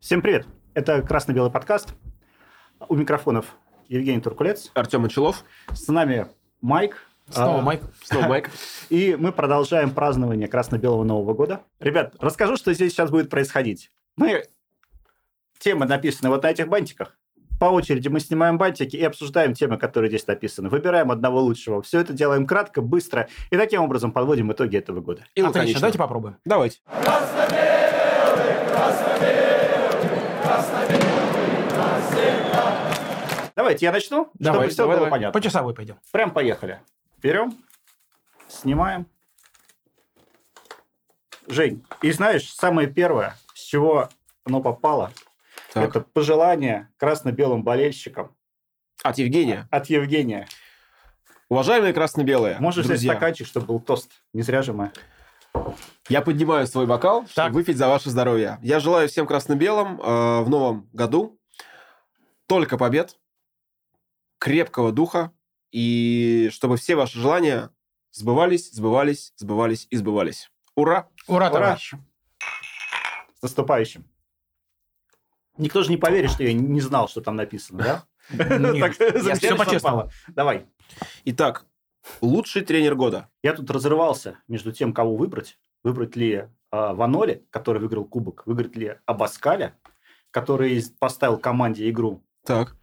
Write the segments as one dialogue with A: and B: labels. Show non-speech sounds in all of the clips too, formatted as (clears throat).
A: Всем привет! Это «Красно-белый подкаст». У микрофонов Евгений Туркулец.
B: Артем Очелов.
A: С нами Майк.
C: Снова
A: А,
C: Майк.
B: Снова
C: (laughs)
B: Майк.
A: И мы продолжаем празднование Красно-белого Нового года. Ребят, расскажу, что здесь сейчас будет происходить. Мы... Темы написаны вот на этих бантиках. По очереди мы снимаем бантики и обсуждаем темы, которые здесь написаны. Выбираем одного лучшего. Все это делаем кратко, быстро. И таким образом подводим итоги этого года. А,
B: И
C: Отлично,
B: лаконично.
C: давайте попробуем.
B: Давайте.
A: Давайте я начну,
C: Давай,
A: чтобы все
B: давай,
A: было
B: давай.
A: понятно.
C: По часовой пойдем.
A: Прям поехали. Берем, снимаем. Жень, и знаешь, самое первое, с чего оно попало,
B: Так.
A: это пожелание красно-белым болельщикам
B: От Евгения.
A: от Евгения.
B: Уважаемые красно-белые,
A: Можешь взять
B: друзья,
A: стаканчик, чтобы был тост. Не зря же мы.
B: я поднимаю свой бокал, чтобы
C: Так.
B: выпить за ваше здоровье. Я желаю всем красно-белым э, в новом году только побед, крепкого духа, и чтобы все ваши желания сбывались, сбывались, сбывались и сбывались. Ура!
C: Ура,
A: Ура.
B: (laughs)
C: товарищи.
A: С наступающим. Никто же не поверит, что я не знал, что там написано, да?
C: (laughs)
B: (laughs)
A: (laughs)
C: Нет,
A: Так,
C: я
A: замечательно
C: всё по-честному.
A: совпало. Давай.
B: Итак, лучший тренер года.
A: Я тут разрывался между тем, кого выбрать. Выбрать ли э, Ваноли, который выиграл кубок, выбрать ли Абаскаля, который из- поставил команде игру.
B: Так.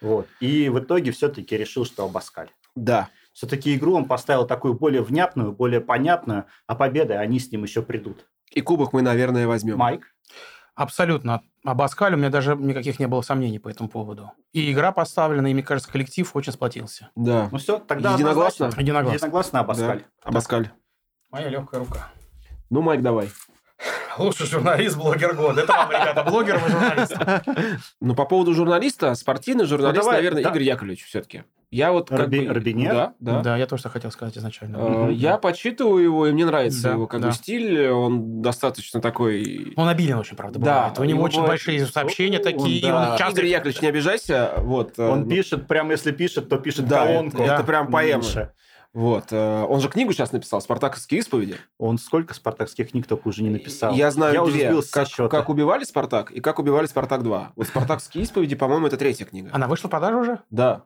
A: Вот. И в итоге все-таки решил, что Абаскаль.
B: Да.
A: Все-таки игру он поставил такую более внятную, более понятную, а победы, они с ним еще придут.
B: И кубок мы, наверное, возьмем.
A: Майк,
C: Абсолютно. Об Аскале у меня даже никаких не было сомнений по этому поводу. И игра поставлена, и, мне кажется, коллектив очень сплотился.
B: Да.
A: ну все, тогда
B: Единогласно?
A: однозначно.
C: Единогласно.
A: Единогласно Абаскаль.
B: Абаскаль.
C: Моя легкая рука.
B: Ну, Майк, давай.
C: Лучший журналист, блогер года. Это вам, ребята, блогер и журналист.
B: Ну, по поводу журналиста, спортивный журналист,
A: давай,
B: наверное,
A: да.
B: Игорь Яковлевич все-таки. Я вот как
A: Раби-
B: бы-
A: Рабинер?
B: Да, (laughs) да.
C: Да, я тоже так хотел сказать
B: Э,
C: изначально.
A: Мгм.
B: Я почитываю его, и мне нравится
C: Да,
B: его как
C: да.
B: бы стиль. Он достаточно такой...
C: Он обиден очень, правда,
B: Да,
C: бывает. У него
B: его
C: очень
B: бывает-
C: большие сообщения
A: О,
C: такие, и
A: да.
C: он часто...
B: Игорь Яковлевич, не обижайся. Вот, э,
A: Он пишет, прям если пишет, то пишет
B: Да,
A: колонку.
B: это- это
A: Да.
B: прям поэма.
A: Меньше.
B: вот, э, он же книгу сейчас написал «Спартаковские исповеди».
A: Он сколько спартакских книг только уже не написал.
B: Я знаю
A: Я уже
B: две.
A: сбился со
B: как,
A: счета.
B: как убивали Спартак» и «Как убивали Спартак 2». Вот «Спартакские исповеди», по-моему, это третья книга.
C: Она вышла в продажу уже?
B: Да.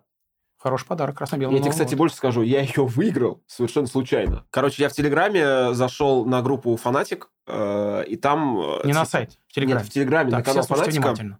C: Хороший подарок, красно-белый.
B: Я тебе, кстати, больше скажу, я ее выиграл совершенно случайно. Короче, я в Телеграме зашел на группу Фанатик, э, и там... э,
C: Не на
B: ц-
C: сайте, в
B: Нет,
C: Телеграме.
B: в Телеграме, на
C: Так, все
B: канал
C: слушайте
B: Фанатика.
C: внимательно.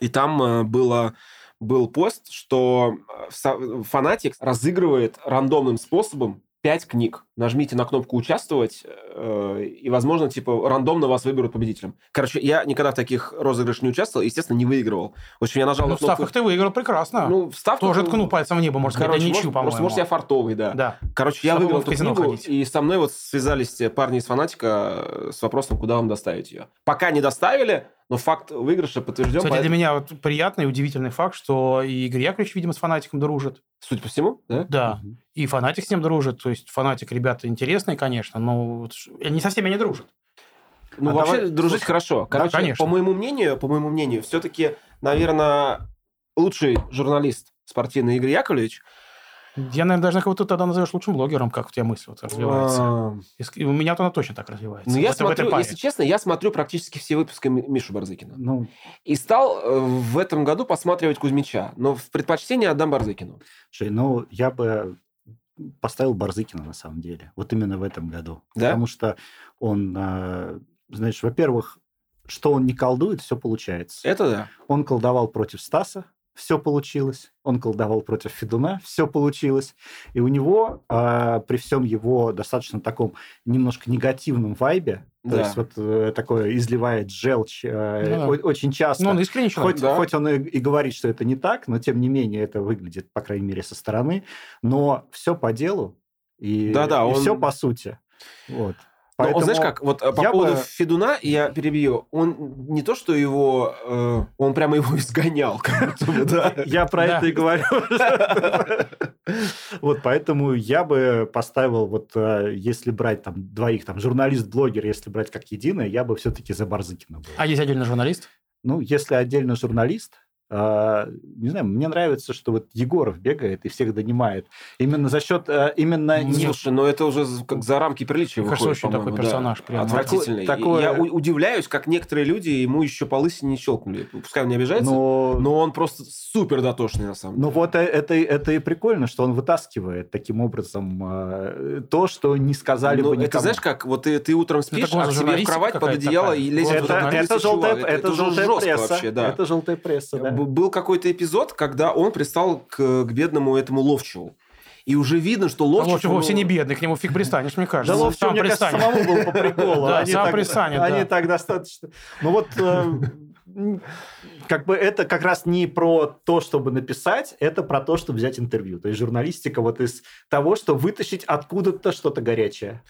B: И там э, было, был пост, что э, в со- Фанатик разыгрывает рандомным способом пять книг. Нажмите на кнопку «Участвовать», э, и, возможно, типа, рандомно вас выберут победителем. Короче, я никогда в таких розыгрышах не участвовал, и, естественно, не выигрывал. В общем, я нажал
C: Ну,
B: на
C: в
B: кнопку...
C: ставках ты выиграл прекрасно.
B: Ну, в ставках-
C: Тоже ткнул пальцем в небо, можно сказать,
B: Короче,
C: да
B: может,
C: ничью,
B: Просто,
C: по-моему.
B: может, я фартовый, да.
C: Да.
B: Короче, я
C: Чтобы
B: выиграл
C: в
B: эту
C: казино
B: книгу,
C: ходить.
B: и со мной вот связались те парни из «Фанатика» э, с вопросом, куда вам доставить ее. Пока не доставили, но факт выигрыша подтвержден.
C: Кстати, для
B: поэтому-
C: меня вот приятный и удивительный факт, что и Игорь Яковлевич, видимо, с фанатиком дружит.
B: Судя по всему, да?
C: Да. И фанатик с ним дружит. То есть фанатик, ребята, интересные, конечно, но вот ш- не со всеми они дружат.
B: Ну,
A: А
B: вообще,
A: давай-
B: дружить
A: слушай,
B: хорошо. Короче,
C: конечно.
B: по моему мнению, по моему мнению, все-таки, наверное, лучший журналист спортивный Игорь Яковлевич.
C: Я, наверное, даже кого-то тогда назовешь лучшим блогером, как у тебя мысль вот развивается.
B: Эм,
C: И с- и у меня-то она точно так развивается.
B: Ну, я
C: Вот в этой
B: смотрю,
C: паре.
B: если честно, я смотрю практически все выпуски Ми- Миши Барзыкина.
A: Ну,
B: И стал э, в этом году посматривать Кузьмича, но в предпочтение отдам Барзыкину.
A: Слушай, ну, я бы поставил Барзыкина, на самом деле, вот именно в этом году.
B: Да?
A: Потому что он, а, знаешь, во-первых, что он не колдует, все
C: Э
A: получается.
B: Это да.
A: Он колдовал против Стаса, все получилось. Он колдовал против Федуна, все получилось. И у него, а, при всем его достаточно таком немножко негативном вайбе, то
B: Да.
A: есть вот э, такое изливает желчь э,
C: Ну
A: о-
C: да.
A: очень часто.
C: Ну, он искренний человек.
A: Хоть,
B: Да.
A: хоть он и, и говорит, что это не так, но тем не менее это выглядит, по крайней мере, со стороны. Но все по делу и,
B: Да-да, он-
A: все по сути. Вот.
B: Но он,
A: Поэтому
B: знаешь как, вот э, по
A: я
B: поводу
A: бы-
B: Федуна, я перебью, он не то, что его, э, он прямо его (laughs) изгонял, как будто
A: (laughs)
B: бы, да.
A: Я про
C: Да.
A: это и говорю. (laughs) Вот поэтому я бы поставил, вот э, если брать там двоих, там журналист-блогер, если брать как единое, я бы все-таки за Барзыкина был.
C: А есть отдельно журналист?
A: Ну, если отдельно журналист, Э, Не знаю, мне нравится, что вот Егоров бегает и всех донимает. Именно за счет э, именно
C: Ну,
A: не-
B: Слушай, ну это уже з- как за рамки приличия
C: Мне кажется,
B: выходит,
C: очень такой
B: по-моему, да. А
C: персонаж. прям.
B: Отвратительный.
A: Такое-
B: Я у- удивляюсь, как некоторые люди ему еще по лысине не щелкнули. Ну, Пускай он не обижается, но,
A: но-
B: он просто супер дотошный на самом
A: Ну
B: деле.
A: вот э- это, это и прикольно, что он вытаскивает таким образом э, то, что не сказали
B: Ну,
A: бы никому.
B: это знаешь как, вот ты, ты утром спишь,
C: так он
B: а к себе
C: же
B: в
C: журналистика
B: кровать под
C: какая-то
B: одеяло
C: такая.
B: и лезет
C: Вот
A: это,
B: журналист
A: это
B: и
A: желтая,
B: чувак.
A: это,
B: Это же
A: желтая
B: жестко
A: пресса.
B: вообще, да.
A: Это желтая пресса, да.
B: Э, Б- Был какой-то эпизод, когда он пристал к, к бедному этому ловчеву. И уже видно, что
C: А
B: ловчев...
C: Ловчев вовсе
B: ну,
C: не бедный, к нему фиг пристанешь, мне
A: Да
C: кажется.
A: Ловчев,
C: Сам
A: мне кажется,
C: пристанешь.
A: самому был по приколу.
C: Да,
A: Они
C: сам
A: так-
C: пристанет,
A: Они
C: да.
A: так достаточно... Ну вот... э, м, Как бы это как раз не про то, чтобы написать, это про то, чтобы взять интервью. То есть журналистика вот из того, что вытащить откуда-то что-то горячее.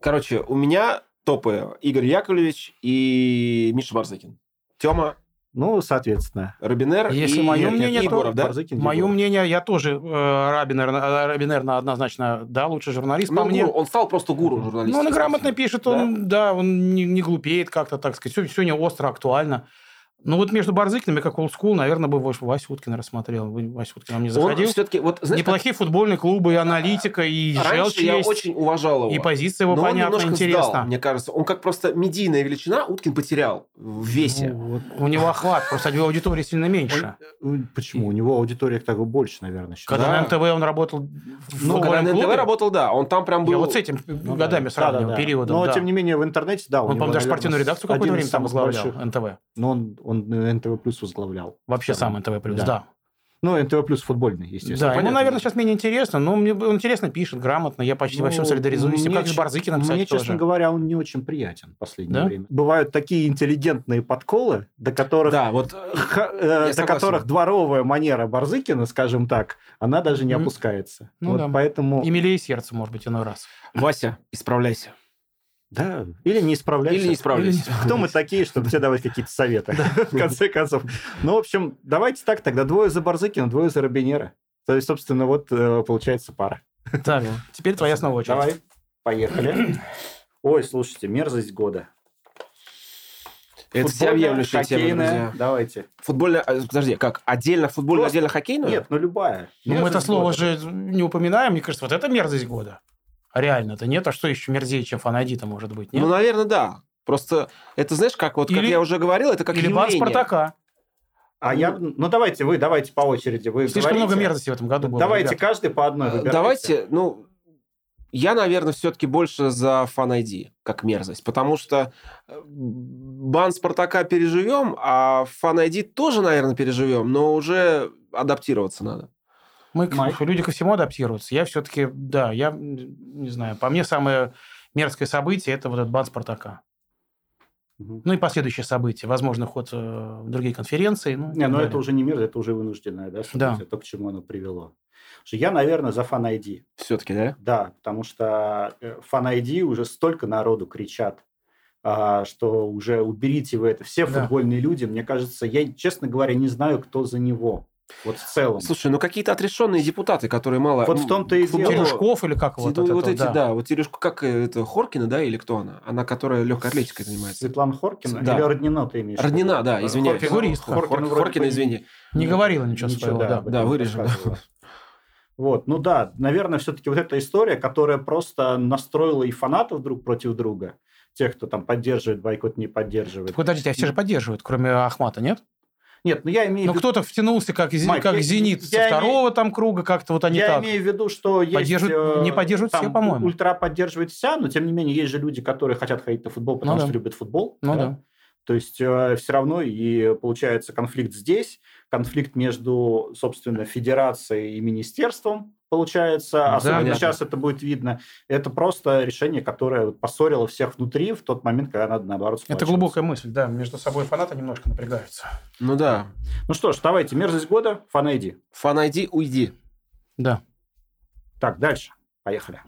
B: Короче, у меня топы Игорь Яковлевич и Миша Барзыкин. Тема,
A: Ну, соответственно.
B: Робинер
C: Если
B: и
C: мое
B: нет,
C: мнение, то
B: Егоров, да?
A: Барзыкин,
C: Мое
A: Егоров.
C: мнение, я тоже э, Рабинер, э, Рабинерна однозначно, да, лучше журналист
B: Ну,
C: по мне.
B: гуру. Он стал просто гуру журналистики.
C: Ну, он и грамотно пишет, он, да, он не, не глупеет как-то, так сказать. Все, не остро, актуально. Ну, вот между Барзыкиным и как олдскул, наверное, бы Вась- Вась Уткин рассмотрел. Вы- Вась Уткин нам не заходил.
B: все-таки... Вот, знаешь,
C: Неплохие футбольные клубы, и аналитика, и
B: как
C: желчь
B: раньше я
C: есть,
B: очень уважал его.
C: и позиция его
B: но он
C: понятна,
B: немножко сдал,
C: интересно.
B: мне кажется. Он как просто медийная величина Уткин потерял в весе.
C: Ну, вот у него охват, просто его аудитории сильно меньше.
A: Ну, Почему? У него аудитория так бы больше, наверное, сейчас.
C: Когда
B: Да.
C: на МТВ он работал в
B: Ну, когда
C: футбольном
B: на НТВ
C: клубе,
B: работал, да. Он там прям был...
C: я вот с этим
A: Ну,
C: годами
A: да.
C: сравнивал,
A: Да-да-да.
C: периодом,
A: Но,
C: да.
A: тем не менее, в интернете, да. А у
C: он,
A: него,
C: по-моему, даже
A: наверное,
C: спортивную редакцию какое-то
A: один из
C: время там
A: самых
C: возглавлял,
A: больших.
C: НТВ.
A: Но он, он э, НТВ плюс возглавлял.
C: Вообще
A: Всё равно.
C: сам НТВ плюс,
A: Да.
C: да.
A: Ну, НТВ плюс футбольный,
C: Да,
A: естественно.
C: ему,
B: понятно.
C: наверное, сейчас менее интересно, но мне он интересно пишет, грамотно, я почти во всем
A: Ну,
C: солидаризуюсь, и
A: мне
C: как с
A: ч-
C: Барзыкиным, кстати,
A: Мне, честно
C: тоже.
A: говоря, он не очень приятен в последнее
C: Да?
A: время. Бывают такие интеллигентные подколы, до которых...
B: Да, вот... э,
A: х- э,
B: Я
A: до
B: согласен.
A: которых дворовая манера Барзыкина, скажем так, она даже не
C: Мгм.
A: опускается.
C: Ну
A: Вот
C: да.
A: Поэтому...
C: И милее сердце, может быть,
A: (laughs)
C: иной раз.
B: Вася, исправляйся.
A: Да, или не исправляйся.
B: Или не исправляйся.
A: Кто мы такие, чтобы тебе давать какие-то советы, (laughs) в конце концов. Ну, в общем, давайте так тогда. Двое за Барзыкина, двое за Робинера. То есть, собственно, вот э, получается пара.
C: Так, теперь твоя Ну, снова очередь.
A: Давай,
C: (clears throat)
A: поехали. Ой, слушайте, мерзость года.
B: Это всеобъемлющая тема,
A: хоккейная.
B: друзья.
A: Давайте.
B: Футбольная... а, Подожди, как? Отдельно футбольную,
A: Просто-
B: отдельно хоккейную?
A: Нет, ну любая.
C: Ну, мы это
A: Мерзость
C: слово
A: года.
C: же не упоминаем, мне кажется, вот это мерзость года. А Реально-то нет, а что еще мерзее, чем фанайди-то может быть, нет?
B: Ну, наверное, да. Просто это, знаешь, как вот, как
C: Или-
B: я уже говорил, это как
C: Или бан
B: явление.
C: Спартака.
A: А я... Ну, давайте вы, давайте по очереди. Вы
C: Слишком
A: говорите.
C: много мерзости в этом году было.
A: Давайте
C: ребята.
A: каждый по одной
B: Э,
A: выбирайте.
B: Давайте, ну, я, наверное, все-таки больше за фан ID, как мерзость, потому что э, бан Спартака переживем, а фан ID тоже, наверное, переживем, но уже адаптироваться надо.
C: Мы, к-
A: Майк.
C: люди ко всему адаптируются. Я все-таки, да, я м, не знаю, по мне самое мерзкое событие – это вот этот бан Спартака.
A: Мгм.
C: Ну и последующие события. Возможно, ход э, в другие конференции. Ну, и
A: Не,
C: так
A: ну
C: далее.
A: это уже не мир, это уже вынужденное, да, событие, то, к чему оно привело. Потому что Я, наверное, за фан ID.
B: Все-таки, да?
A: Да, потому что э, фан ID уже столько народу кричат, а, что уже уберите вы это. Все
C: Да.
A: футбольные люди, мне кажется, я, честно говоря, не знаю, кто за него. Вот в целом.
B: Слушай, ну какие-то отрешенные депутаты, которые мало...
A: Вот в том-то и
B: к футболу-
A: дело.
C: Терешков или как
B: Вот,
C: вот, от этого,
B: эти, да. вот Терешко, как э, это, Хоркина, да, или кто она? Она, которая легкой атлетикой занимается.
A: Светлана Хоркина
B: Да.
A: или Роднина ты имеешь? в виду?
B: Роднина, да, извиняюсь.
A: Э, Хоркина-
C: Фигуристка.
A: Хоркина
B: Хоркина,
A: вроде бы-
B: извини.
C: Не говорила ничего, своего, да.
A: об этом
B: Да,
A: не
B: вырежем, да.
A: рассказывала. Вот, ну да, наверное, все-таки вот эта история, которая просто настроила и фанатов друг против друга, тех, кто там поддерживает бойкот, не поддерживает.
C: Так подождите, а все же поддерживают, кроме Ахмата, нет?
A: Нет, ну я имею
C: Ну,
A: в виду,
C: кто-то втянулся, как, из-
A: Майк,
C: как
A: я-
C: «Зенит»
A: я
C: со второго там круга, как-то вот они
A: я
C: так.
A: имею в виду, что есть,
C: Поддерживают-
A: э,
C: не поддерживают
A: там
C: все, по-моему.
A: Ультра поддерживает вся, но тем не менее есть же люди, которые хотят ходить на футбол, потому
C: Ну
A: что
C: да.
A: любят футбол.
C: Ну
A: да.
C: да.
A: То есть все равно и получается конфликт здесь, конфликт между, собственно, федерацией и министерством получается,
C: Да,
A: особенно
B: понятно.
A: сейчас это будет видно. Это просто решение, которое вот поссорило всех внутри в тот момент, когда надо наоборот
C: Это
A: сплачиваться.
C: глубокая мысль, да. Между собой фанаты немножко напрягаются.
B: Ну да.
A: Ну что ж, давайте, мерзость года, фан
B: Фан ID, уйди.
C: Да.
A: Так, дальше. Поехали.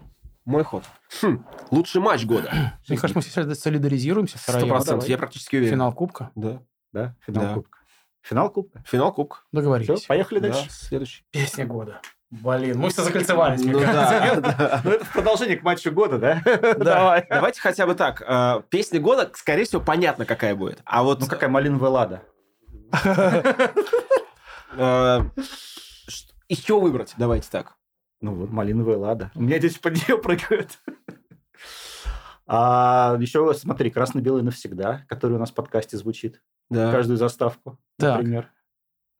B: Мой ход. Хм, лучший матч года.
C: Мне кажется, мы сейчас солидаризируемся.
B: Сто
C: втроём.
B: процентов. Я практически уверен.
C: Финал Кубка.
B: Да.
A: Да, финал
B: Да.
A: Кубка. Финал Кубка.
B: Финал Кубка.
A: Все,
C: Договорились.
A: поехали
B: Да,
A: дальше.
B: следующий.
C: Песня года. Блин, мы все закольцевались, мне
B: Ну да, (laughs)
C: кажется.
B: да.
A: Ну, это в продолжение к матчу года, да?
B: Давай. Давайте хотя бы так. э, Песня года, Ну, скорее всего, понятно, какая будет. А вот...
A: Ну, какая Малин Велада.
B: Э, ш- Из чего выбрать? Давайте так.
A: Ну вот, малиновая лада. У меня здесь под нее прыгают. А еще смотри, красно-белый навсегда, который у нас в подкасте звучит.
B: Да.
A: Каждую заставку,
C: Так.
A: например.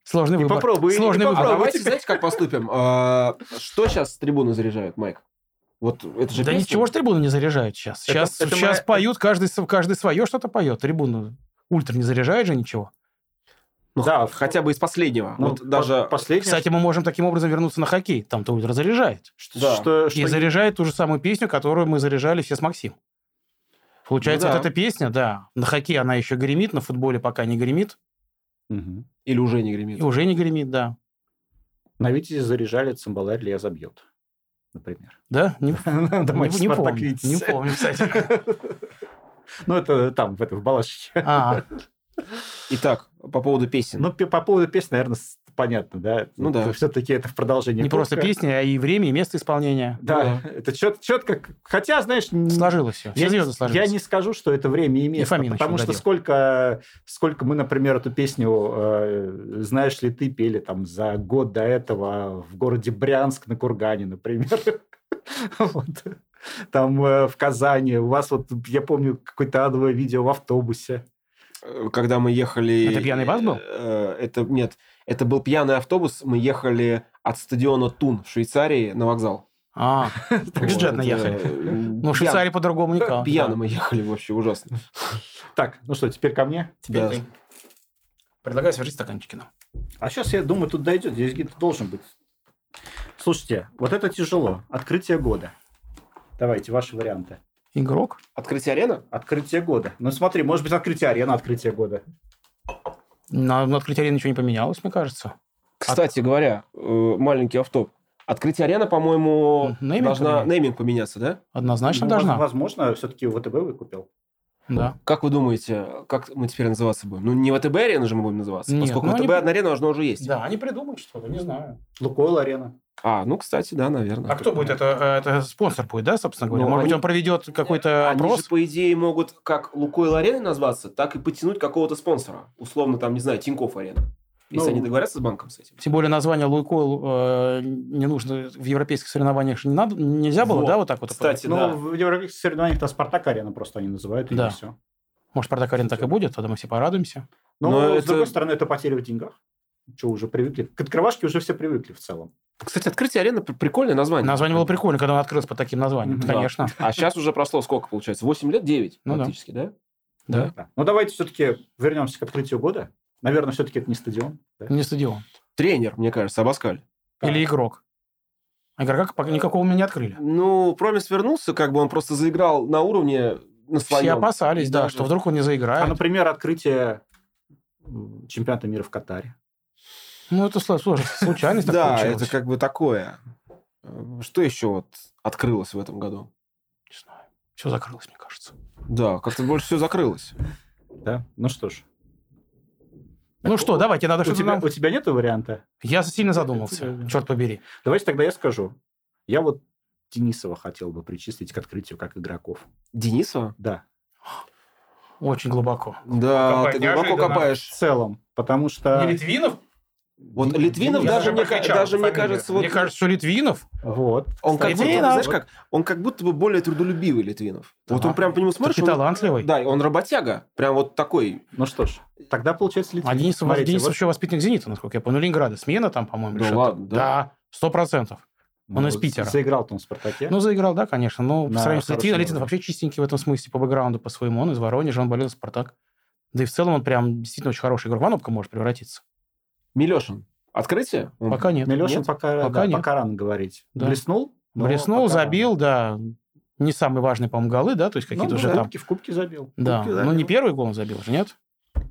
C: Сложный
A: И
C: выбор.
A: попробуй, и
C: Сложный
B: А
C: выбор.
A: попробуй.
B: давайте, знаете, как поступим? А, Что сейчас трибуны заряжают, Майк? Вот это же
C: Да
B: песня.
C: ничего ж трибуну не заряжают сейчас.
A: Это-
C: Сейчас,
A: это
C: сейчас
A: моя-
C: поют, каждый, с- каждый свое что-то поет. Трибуну ультра не заряжает же ничего.
B: Ну,
A: Да,
B: х- хотя бы из последнего.
A: Ну,
B: вот
A: по-
B: даже...
A: последнее,
C: Кстати, мы можем таким образом вернуться на хоккей. Там-то ультра заряжает.
A: что,
B: да.
A: что-
C: И
A: что-
C: заряжает ту же самую песню, которую мы заряжали все с Максим. Получается,
B: Ну да.
C: вот эта песня, да, на хоккее она еще гремит, на футболе пока не гремит.
A: Мгм.
B: Или уже не гремит.
C: И уже не гремит, да.
A: На Витязе заряжали цимбаларь Лия забьет,
C: (laughs)
A: например.
C: Да? Не,
A: До
C: не-
A: матча
C: не
A: «Спартак»
C: помню.
A: Витязь.
C: Не помню, кстати.
A: (laughs) Ну, это там, в этой, в Балашике.
C: А,
B: Итак, по поводу песен.
A: Ну, пе- по поводу песни, наверное, понятно, да?
B: Ну да.
A: Все-таки это в продолжении.
C: не просто
A: кубка.
C: песня, а и время, и место исполнения.
A: Да, (laughs) это четко. Хотя, знаешь, н-
C: Сложилось все. Все
A: я,
C: звезды
A: не, я
C: сложились.
A: не скажу, что это время и место,
C: Фомин ещё
A: потому что
C: угодил.
A: сколько, сколько мы, например, эту песню э, «Знаешь ли ты» пели там за год до этого в городе Брянск на Кургане, например. (laughs) Вот. Там э, в Казани. У вас вот, я помню, какое-то адовое видео в автобусе.
B: Э, Когда мы ехали...
C: Это пьяный бас был?
B: Э, Это... Нет. Это был пьяный автобус. Мы ехали от стадиона Тун в Швейцарии на вокзал.
C: (laughs) А, бюджетно
B: Вот, э,
C: ехали.
B: м,
C: Ну, в
B: пьян-
C: Швейцарии по-другому никак.
B: Пьяно мы ехали вообще ужасно.
A: Так, ну что, теперь ко мне?
B: Да.
C: Предлагаю свяжить стаканчики нам.
A: А сейчас, я думаю, тут дойдет. Здесь где-то должен быть. Слушайте, вот это тяжело. Открытие года. Давайте, ваши варианты.
C: Игрок?
B: Открытие арена?
A: Открытие года. Ну смотри, может быть, открытие арена, открытие года.
C: На, на открытии арены ничего не поменялось, мне кажется.
B: Кстати говоря, э, маленький автоп. Открытие арена, по-моему,
C: Нейминг
B: должна
C: поменять?
B: нейминг поменяться, да?
C: Однозначно
A: Ну, воз-
C: должна.
A: Возможно, все-таки ВТБ выкупил.
C: Да.
B: Как вы думаете, как мы теперь называться будем? Ну, не ВТБ арена же мы будем называться,
C: Нет,
B: поскольку
C: ну,
B: ВТБ
C: они-
B: одна арена должна уже есть.
C: Да, они придумают что-то, не знаю.
A: Лукойл арена.
B: А, ну, кстати, да, наверное.
C: А кто будет это? Это спонсор будет, да, собственно говоря?
B: Ну,
C: Может быть,
B: они-
C: он проведет какой-то
B: Они
C: опрос?
B: же, по идее, могут как Лукойл Арена назваться, так и подтянуть какого-то спонсора. Условно, там, не знаю, Тиньков Арена. Если
A: Ну,
B: они договорятся с банком с этим.
C: Тем более название Лукойл э, не нужно в европейских соревнованиях же не надо, нельзя было,
B: Вот.
C: да, вот так вот.
B: Кстати,
A: ну,
B: да.
A: в европейских соревнованиях то Спартак арена просто они называют, и
C: Да.
A: все.
C: Может, Спартак Арена так и будет, тогда мы все порадуемся.
A: Но,
B: Но
A: Ну, с
B: это-
A: другой стороны, это потеря в деньгах. Че, уже привыкли? К открывашке уже все привыкли в целом.
B: Кстати, открытие арены пр- прикольное название.
C: Название было прикольно, когда он открылся под таким названием,
A: Мгм.
C: конечно.
B: А сейчас уже прошло сколько, получается? 8 лет? 9
C: Ну да.
B: практически, да?
C: Да.
A: Да. Ну, давайте все-таки вернемся к открытию года. Наверное, все-таки это не стадион. да?
C: Не стадион.
B: Тренер, мне кажется, Абаскаль.
A: Да.
C: Или игрок. А Игрока пока никакого мы не открыли.
B: Ну, Промис вернулся, как бы он просто заиграл на уровне на
C: Все
B: своем.
C: опасались,
B: И
C: да,
B: даже-
C: что вдруг он не заиграет.
A: А, например, открытие м, чемпионата мира в Катаре.
C: Ну, это сло- слушай,
B: (laughs)
C: случайность так
B: Да,
C: получилась.
B: это как бы такое. Э, Что еще вот открылось в этом году?
C: Не знаю. Все закрылось, мне кажется.
B: Да, как-то больше все закрылось.
A: Да? Ну что ж.
C: Ну что, давайте, надо
A: У
C: что-то
A: тебя,
C: нам...
A: у тебя нет варианта?
C: Я сильно задумался, черт побери.
A: Давайте тогда я скажу. Я вот Денисова хотел бы причислить к открытию как игроков.
B: Денисова?
A: Да,
C: Очень глубоко.
B: Да,
C: Копать
B: ты глубоко
C: Ну, неожиданно.
A: в
B: копаешь.
A: целом, потому что...
C: Литвинов?
B: Вот Литвинов
A: Я
B: даже,
A: уже
B: мне, ка- даже мне кажется, вот
C: Мне кажется, что Литвинов.
A: Вот.
B: он как, будто,
C: Литвинов.
B: знаешь как, он как будто бы более трудолюбивый Литвинов. Вот
C: Да.
B: он прям по нему смотришь,
C: Смотри,
B: он-
C: талантливый.
B: да, и он работяга, прям вот такой.
A: Ну что ж, тогда получается Литвин.
C: А Денисов,
A: Смотрите,
C: Денисов
A: вот-
C: еще воспитанник «Зенита», насколько я понял, Ленинграда. Смена там,
B: Да
C: по-моему, или что-то.
B: ладно, да?
C: сто процентов. он
A: ну,
C: из Питера.
A: Заиграл там в «Спартаке».
C: Ну, заиграл, да, конечно. Но по
A: Да,
C: сравнению с
A: хороший
C: Литвином, Литвинов
A: выбор.
C: вообще чистенький в этом смысле по бэкграунду, по своему. Он из Воронежа, он болел за «Спартак». Да и в целом он прям действительно очень хороший игрок. В Анопка может превратиться.
B: Милешин. Открытие? Он-
C: Пока нет.
A: Милешин
B: Нет?
A: пока,
C: Пока
A: да,
C: нет.
A: пока рано говорить.
C: Да.
A: Блеснул?
B: Ну,
A: но
C: Блеснул,
A: пока рано.
C: забил, да. Не самые важные, по-моему, голы, да, то есть какие-то
A: Ну,
C: уже
A: в
C: там.
A: кубке- В кубке забил. В
C: Да,
A: кубке
C: ну
A: забил.
C: не первый гол он забил же, нет?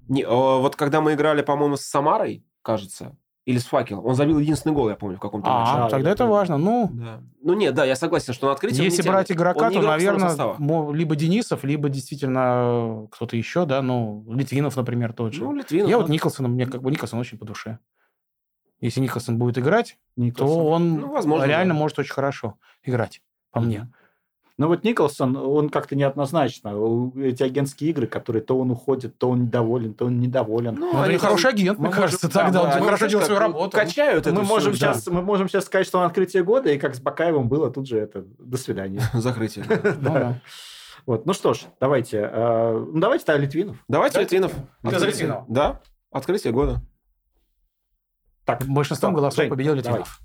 B: Не, э, вот когда мы играли, по-моему, с Самарой, кажется, или с Факелом, он забил единственный гол, я помню, в каком-то матче.
C: А,
A: начало,
C: тогда
A: да,
C: это
A: да.
C: важно. Ну,
B: Да. Ну нет, да, я согласен, что на открытие он
C: если
B: не
C: брать
B: тянет.
C: игрока,
B: Он не
C: то,
B: игрок основного
C: наверное,
B: состава.
C: мо- либо Денисов, либо действительно э, кто-то еще, да, ну, Литвинов, например, тот же.
B: Ну, Литвинов.
C: Я
B: ну,
C: вот Николсона, мне как бы Николсон очень по душе. Если Николсон будет играть,
A: Николсон.
C: то он
B: Ну, возможно,
C: реально
B: да.
C: может очень хорошо играть, по мне.
A: Но вот Николсон, он как-то неоднозначно. Эти агентские игры, которые то он уходит, то он недоволен, то он недоволен.
C: Ну, это
B: они
C: хороший агент,
B: мы
C: мне кажется,
B: можем- да,
C: тогда. Он
B: да,
C: хорошо
B: они
C: делал
B: как
C: свою
B: бы ну,
C: работу.
B: Качают это
A: мы,
B: всё,
A: можем
B: да.
A: сейчас, мы можем сейчас сказать, что он открытие года, и как с Бакаевым было тут же это до свидания.
B: Закрытие. да.
C: Ну да.
A: Вот. Ну что ж, давайте. э, ну, давайте тогда Литвинов.
B: Давайте Литвинов.
C: Без
B: Открытие.
C: Литвинова.
B: Да. Открытие года.
C: Большинством
A: Да,
C: голосов
A: Жень,
C: победил Литвинов.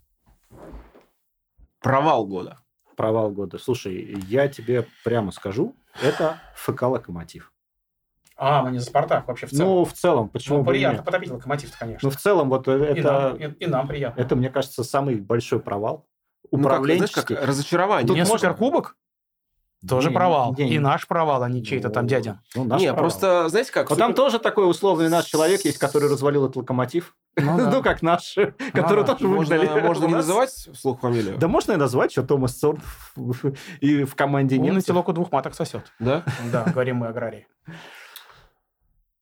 B: Провал года.
A: Провал года. Слушай, я тебе прямо скажу, это ФК «Локомотив».
C: А, мы не за Спартак вообще в целом.
A: Ну, в целом, почему
C: Ну,
A: бы и
C: приятно
A: нет?
C: потопить локомотив
A: Ну,
C: конечно.
A: в целом, вот
C: И нам-
A: это,
C: И и нам приятно.
A: это, мне кажется, самый большой провал
B: Ну, как, знаешь,
A: управленческий.
B: как разочарование.
A: Тут
C: Не
A: можно-
C: суперкубок? Тоже
A: Не,
C: провал.
A: не, не.
C: И наш провал, а не чей-то там
A: Ну,
C: дядя.
A: Ну, наш
B: не,
A: провал.
B: просто, знаете как...
A: Вот там тоже такой условный наш человек есть, который развалил этот локомотив.
C: Ну да.
A: Ну, как наш, который
C: да.
A: тоже выгнали.
B: Можно,
C: (laughs)
B: можно
A: У
B: не
A: нас-
B: называть вслух фамилию?
A: Да можно и назвать, что Томас Сорн и в команде
C: Он на
A: немцев.
C: телоку двух маток сосет.
B: Да?
C: Да, говорим мы аграрии.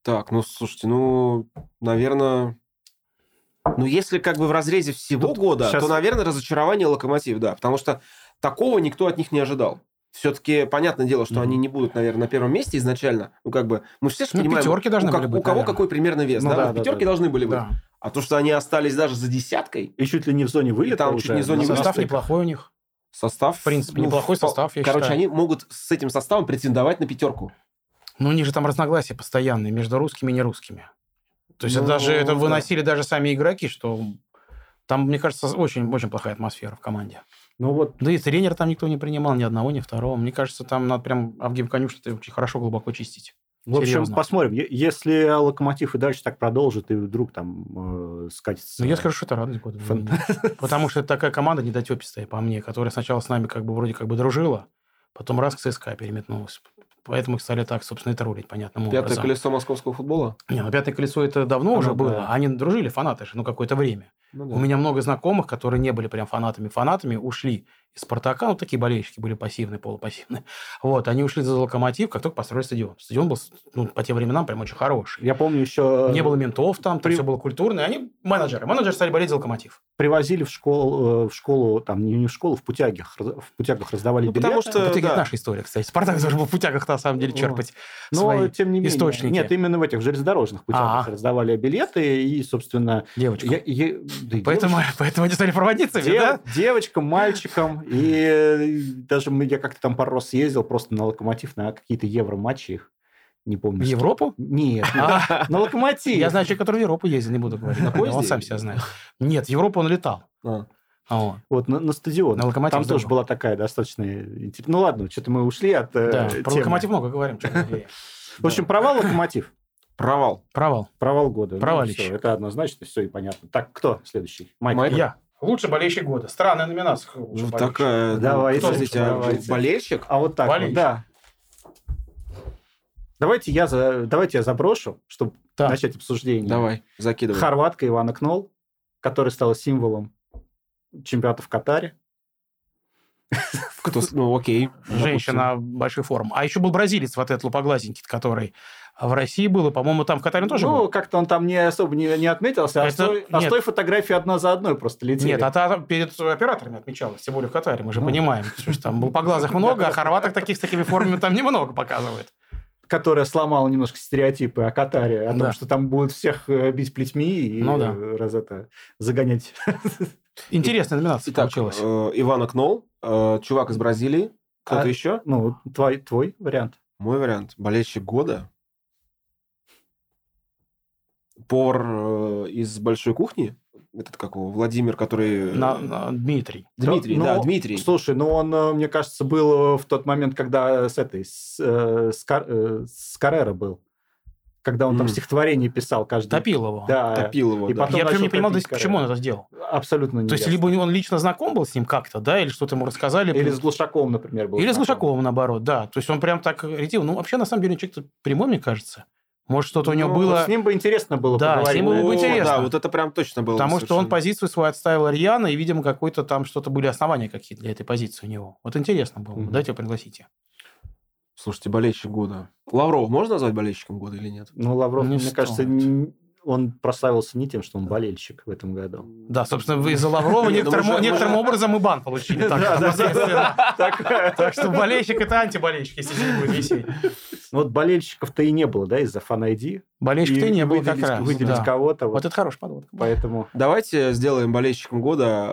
B: Так, ну, слушайте, ну, наверное... Ну, если как бы в разрезе всего
A: Тут
B: года,
A: щас-
B: то, наверное, разочарование Локомотив, да. Потому что такого никто от них не ожидал. Все-таки понятное дело, что
A: Мгм.
B: они не будут, наверное, на первом месте изначально. Ну, как бы, мы все же
C: Ну,
B: понимаем,
C: пятерки должны
B: у, как-
C: были быть,
B: у кого
C: наверное.
B: какой примерно вес,
A: Ну
B: да?
A: да,
B: Вот
A: да,
B: пятерки
A: да.
B: должны были быть.
C: Да.
B: А то, что они остались даже за десяткой,
A: И чуть ли не в зоне вылета
B: там
A: уже.
B: чуть не в зоне
A: Ну,
B: вылета.
C: Состав
A: слушай,
C: неплохой у них.
B: состав...
C: В принципе, неплохой
B: впо-
C: состав, я
B: Короче,
C: считаю.
B: они могут с этим составом претендовать на пятерку.
C: Ну, у них же там разногласия постоянные между русскими и нерусскими. То есть это
B: Ну,
C: даже это
B: да.
C: выносили даже сами игроки, что там, мне кажется, очень-очень плохая атмосфера в команде.
A: Ну, вот
C: Да и тренера там никто не принимал, ни одного, ни второго. Мне кажется, там надо прям Авгиев Конюшин очень хорошо глубоко чистить.
A: В общем,
C: Серьезно.
A: посмотрим. Е- Если Локомотив и дальше так продолжит, и вдруг там э, скатится...
C: Ну, я скажу, что это радость года. для
A: Фан- (laughs)
C: меня. Потому что это такая команда недотепистая, по мне, которая сначала с нами как бы вроде как бы дружила, потом раз к ЦСКА переметнулась. Поэтому их стали так, собственно, и троллить, понятным
B: Пятое
C: образом.
B: колесо московского футбола.
C: Не, ну, пятое колесо это давно
A: Ну,
C: уже
A: да.
C: было. Они дружили, фанаты же, ну, какое-то время.
B: Ну, да.
C: У меня много знакомых, которые не были прям фанатами-фанатами, ушли из «Спартака», ну, такие болельщики были пассивные, полупассивные. (laughs) Вот, они ушли за «Локомотив», как только построили стадион. Стадион был, ну, по тем временам прям очень хороший.
A: Я помню, еще
C: Не было ментов там,
A: при-
C: там все было культурно. и Они менеджеры. Менеджеры стали болеть за «Локомотив».
A: привозили в школу, э, в школу, там, не не в школу, в путягах, раз- в путягах раздавали
B: Ну,
A: билеты.
B: потому что,
C: Это
B: да.
C: наша история, кстати. «Спартак» должен был в путягах, на самом деле,
A: Вот.
C: черпать
A: Но,
C: свои
A: тем не менее...
C: источники.
A: Нет, именно в этих в железнодорожных путягах
C: А.
A: раздавали билеты, и, собственно...
C: девочек.
A: я- я- да и
C: Поэтому, (laughs) поэтому они стали проводницами,
A: Дев-
C: да?
A: Девочкам, мальчикам. И э, даже мы- я как-то там пару раз съездил просто на локомотив на какие-то евроматчи их. Не помню.
C: В
A: что.
C: Европу?
A: Нет,
C: (laughs) А.
A: на локомотив.
C: Я знаю человека, который в Европу ездил, не буду говорить.
B: На поезде?
C: Он сам себя знает. Нет, в Европу он летал.
B: А.
C: А, вот.
A: Вот, на, на стадион.
C: На «Локомотив»
A: Там тоже
C: здорово.
A: была такая достаточно интересная... Ну ладно, что-то мы ушли от э,
C: Да, про
A: темы.
C: локомотив много говорим. чё ты. (laughs)
A: В общем, провал локомотив.
B: Провал.
C: Провал.
A: Провал года. Ну,
C: Провалище.
A: всё, это однозначно, все и понятно. Так, кто следующий? Майк.
B: Майк.
C: Я. Лучший болельщик года. Странная номинация. Лучший
B: Ну,
C: болельщик.
B: такая... ну,
A: Давайте,
B: подождите, а
A: давайте.
B: болельщик?
A: А вот так
C: Болельщик.
A: вот, да. Давайте я, за... Давайте я заброшу, чтобы
C: Так.
A: начать обсуждение.
B: Давай, закидывай.
A: Хорватка Ивана Кнол, которая стала символом чемпионата в Катаре.
B: Кто с- Ну, окей.
C: Женщина большой формы. А еще был бразилец вот этот лупоглазенький, который в России был, и, по-моему, там в Катаре он тоже
A: ну,
C: был.
A: как-то он там не особо не, не отметился, а с
C: Это-
A: той, а с
C: нет.
A: той фотографии одна за одной просто летели.
C: Нет, а та перед операторами отмечалась, тем более в Катаре, мы же
A: Ну.
C: понимаем. Что ж там лупоглазых много, а хорваток таких с такими формами там немного показывают.
A: Которая сломала немножко стереотипы о Катаре, о том,
C: Да.
A: что там будут всех э, бить плетьми и
C: Ну да.
A: э, раз это загонять.
C: Интересная номинация
B: Итак,
C: получилась.
B: э, Ивана Кнол, э, чувак из Бразилии. Кто-то
A: А-
B: еще?
A: Ну, твой, твой вариант.
B: Мой вариант. Болельщик года. Повар э, из «Большой кухни». Этот, как его, Владимир, который... э,
C: На- на- Дмитрий.
B: Дмитрий,
A: Ну,
B: да, Дмитрий.
A: Слушай, ну он, э, мне кажется, был э, в тот момент, когда с этой, с, э, с Кар- э, с Каррера был. Когда он там
B: М.
A: стихотворение писал каждый.
C: Топил его.
A: Да.
B: Топил его,
A: И
B: да.
A: потом
C: Я прям не
A: начал Ну,
C: понимал,
A: топить
C: до сих- почему он
A: Каррера.
C: это сделал.
A: Абсолютно не
C: То есть, либо он лично знаком был с ним как-то, да, или что-то ему рассказали.
A: Или с Глушаковым, например, был.
C: Или с
A: знаком.
C: Глушаковым, наоборот, да. То есть он прям так ретил. Ну, вообще, на самом деле, человек прямой, мне кажется. Может, что-то у него
A: Ну,
C: было...
A: вот С ним бы интересно было
C: Да, с
A: поговорить.
C: ним было бы
B: О,
C: интересно.
B: Ну, Да, вот это прям точно было.
C: Потому что он
B: совершенно.
C: позицию свою отставил рьяно, и, видимо, какой-то там что-то были основания какие-то для этой позиции у него. Вот интересно было. бы.
A: Мгм.
C: Дайте его пригласите.
B: Слушайте, болельщик года. Лавров можно назвать болельщиком года или нет?
A: Ну, Лавров,
C: Не
A: мне кажется,
C: стоит.
A: н- он прославился не тем, что он болельщик в этом
C: (laughs)
A: году.
C: Да, собственно,
A: (laughs)
C: вы из-за
B: Не,
C: Лаврова
B: ну мы
C: некоторым
B: же-
C: некоторым
B: мы
C: образом и бан получили. Так что,
A: Да, да, да,
C: естественно,
A: Так,
C: так что болельщик это антиболельщик, если не будет висеть.
A: ну вот болельщиков-то и не было, да, из-за фан-айди.
C: Болельщик ты
A: И
C: не был
A: выделить-
C: как раз.
A: Выделить
C: да.
A: кого-то, вот,
C: Вот это хороший подводка.
A: поэтому...
B: Давайте сделаем болельщиком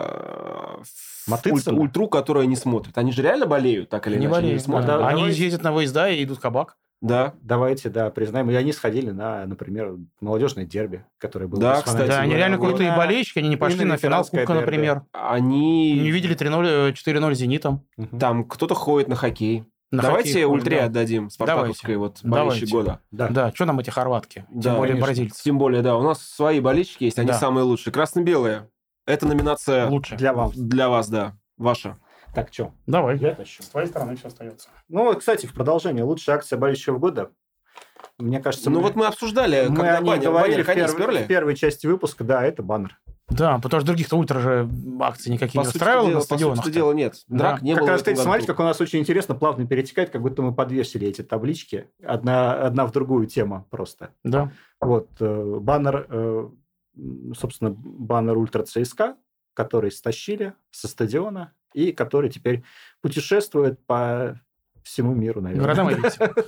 B: года э,
A: Матыцына?
B: ульт- ультру, которая не смотрит. Они же реально болеют, так или
C: Не
B: иначе. они
C: болеют.
B: смотрят.
A: да.
C: да. Они
A: Давай.
C: ездят на выезда и идут кабак.
B: Да.
A: Давайте, да, признаем. И они сходили на, например, молодежное дерби, которое было.
B: Да,
A: без фанатиков.
B: Кстати,
C: да, они
B: вот,
C: реально
B: вот.
C: крутые
A: Да.
C: болельщики, они не пошли
A: Именно
C: на финал
A: ветеранское
C: Кубка,
A: дерби.
C: например.
B: Они...
C: Не видели 3-0, э, 4-0 «Зенитом».
A: Мгм.
B: Там кто-то ходит на хоккей.
C: На
B: Давайте
C: хоккей,
B: ультре
C: да.
B: отдадим спартаковской вот болельщик
C: Давайте.
B: года.
A: Да.
C: Да, что нам эти хорватки? Тем
B: Да,
C: более
B: конечно.
C: бразильцы.
B: Тем более, да, у нас свои болельщики есть, они
C: Да.
B: самые лучшие. Красно-белые. Это номинация
C: Лучше.
A: Для вас.
B: для вас, да, ваша.
A: Так, что?
C: Давай.
A: Я тащу.
C: С твоей стороны все остается.
A: Ну, вот, кстати, в продолжение. Лучшая акция болельщего года. Мне кажется,
B: Ну
A: мы-
B: вот мы обсуждали,
A: мы
B: когда
A: о ней
B: баннер,
A: говорили
B: баннер
A: в,
B: коней
A: перв-
B: сперли.
A: в первой части выпуска. Да, это баннер.
C: Да, потому что других-то ультра же акций никаких
B: По
C: не
B: сути
C: устраивало
B: дела-
C: на
B: по сути
C: стадионах.
B: дела, нет. Драк не
A: как
B: было. в
A: раз,
B: этом
A: кстати, смотрите,
B: году.
A: как у нас очень интересно плавно перетекает, как будто мы подвесили эти таблички. Одна, одна в другую тема просто.
C: Да.
A: Вот, э, баннер, э, м, собственно, баннер Ультра ЦСКА, который стащили со стадиона и который теперь путешествует по всему миру,
C: Городам
A: (laughs) наверное.
C: и лицам.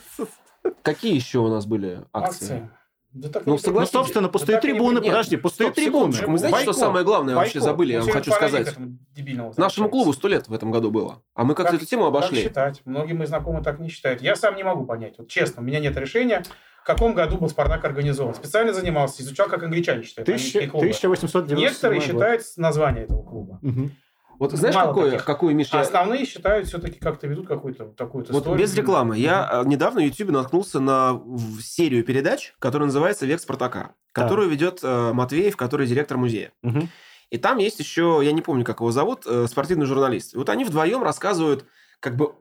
B: Какие еще у нас были акции?
C: Да так
B: Ну,
C: и-
A: Ну,
B: согласен.
A: собственно, пустые
C: так и
A: трибуны,
B: будет. Нет,
A: подожди, пустые
B: Стоп,
A: трибуны.
B: секундочку, Мы знаете, что
A: Бойкот.
B: самое главное вообще
A: Бойкот.
B: забыли, я вам
C: Всё,
B: хочу
C: параллель
B: сказать.
C: к этому дебильному
B: Нашему
C: возвращается.
B: клубу сто лет в этом году было, а мы как-то
C: Как-
B: эту тему
C: Как
B: обошли.
C: считать? Многие мои знакомые так не считают. Я сам не могу понять. Вот честно, у меня нет решения, в каком году был Спартак организован. Специально занимался, изучал, как англичане считают.
A: Тысяча-
C: английские клубы.
A: 1897
C: Некоторые
A: год.
C: считают название этого клуба.
A: Мгм.
B: Вот знаешь,
C: Мало
B: какое,
C: таких.
B: какую, Миш,
C: А
B: я-
C: основные считают все-таки как-то ведут какую-то такую
B: Вот без рекламы. Я э, недавно в Ютубе наткнулся на в- серию передач, которая называется «Век Спартака»,
A: Да.
B: которую ведет э, Матвеев, который директор музея.
A: Мгм.
B: И там есть еще, я не помню, как его зовут, э, спортивный журналист. И Вот они вдвоем рассказывают как бы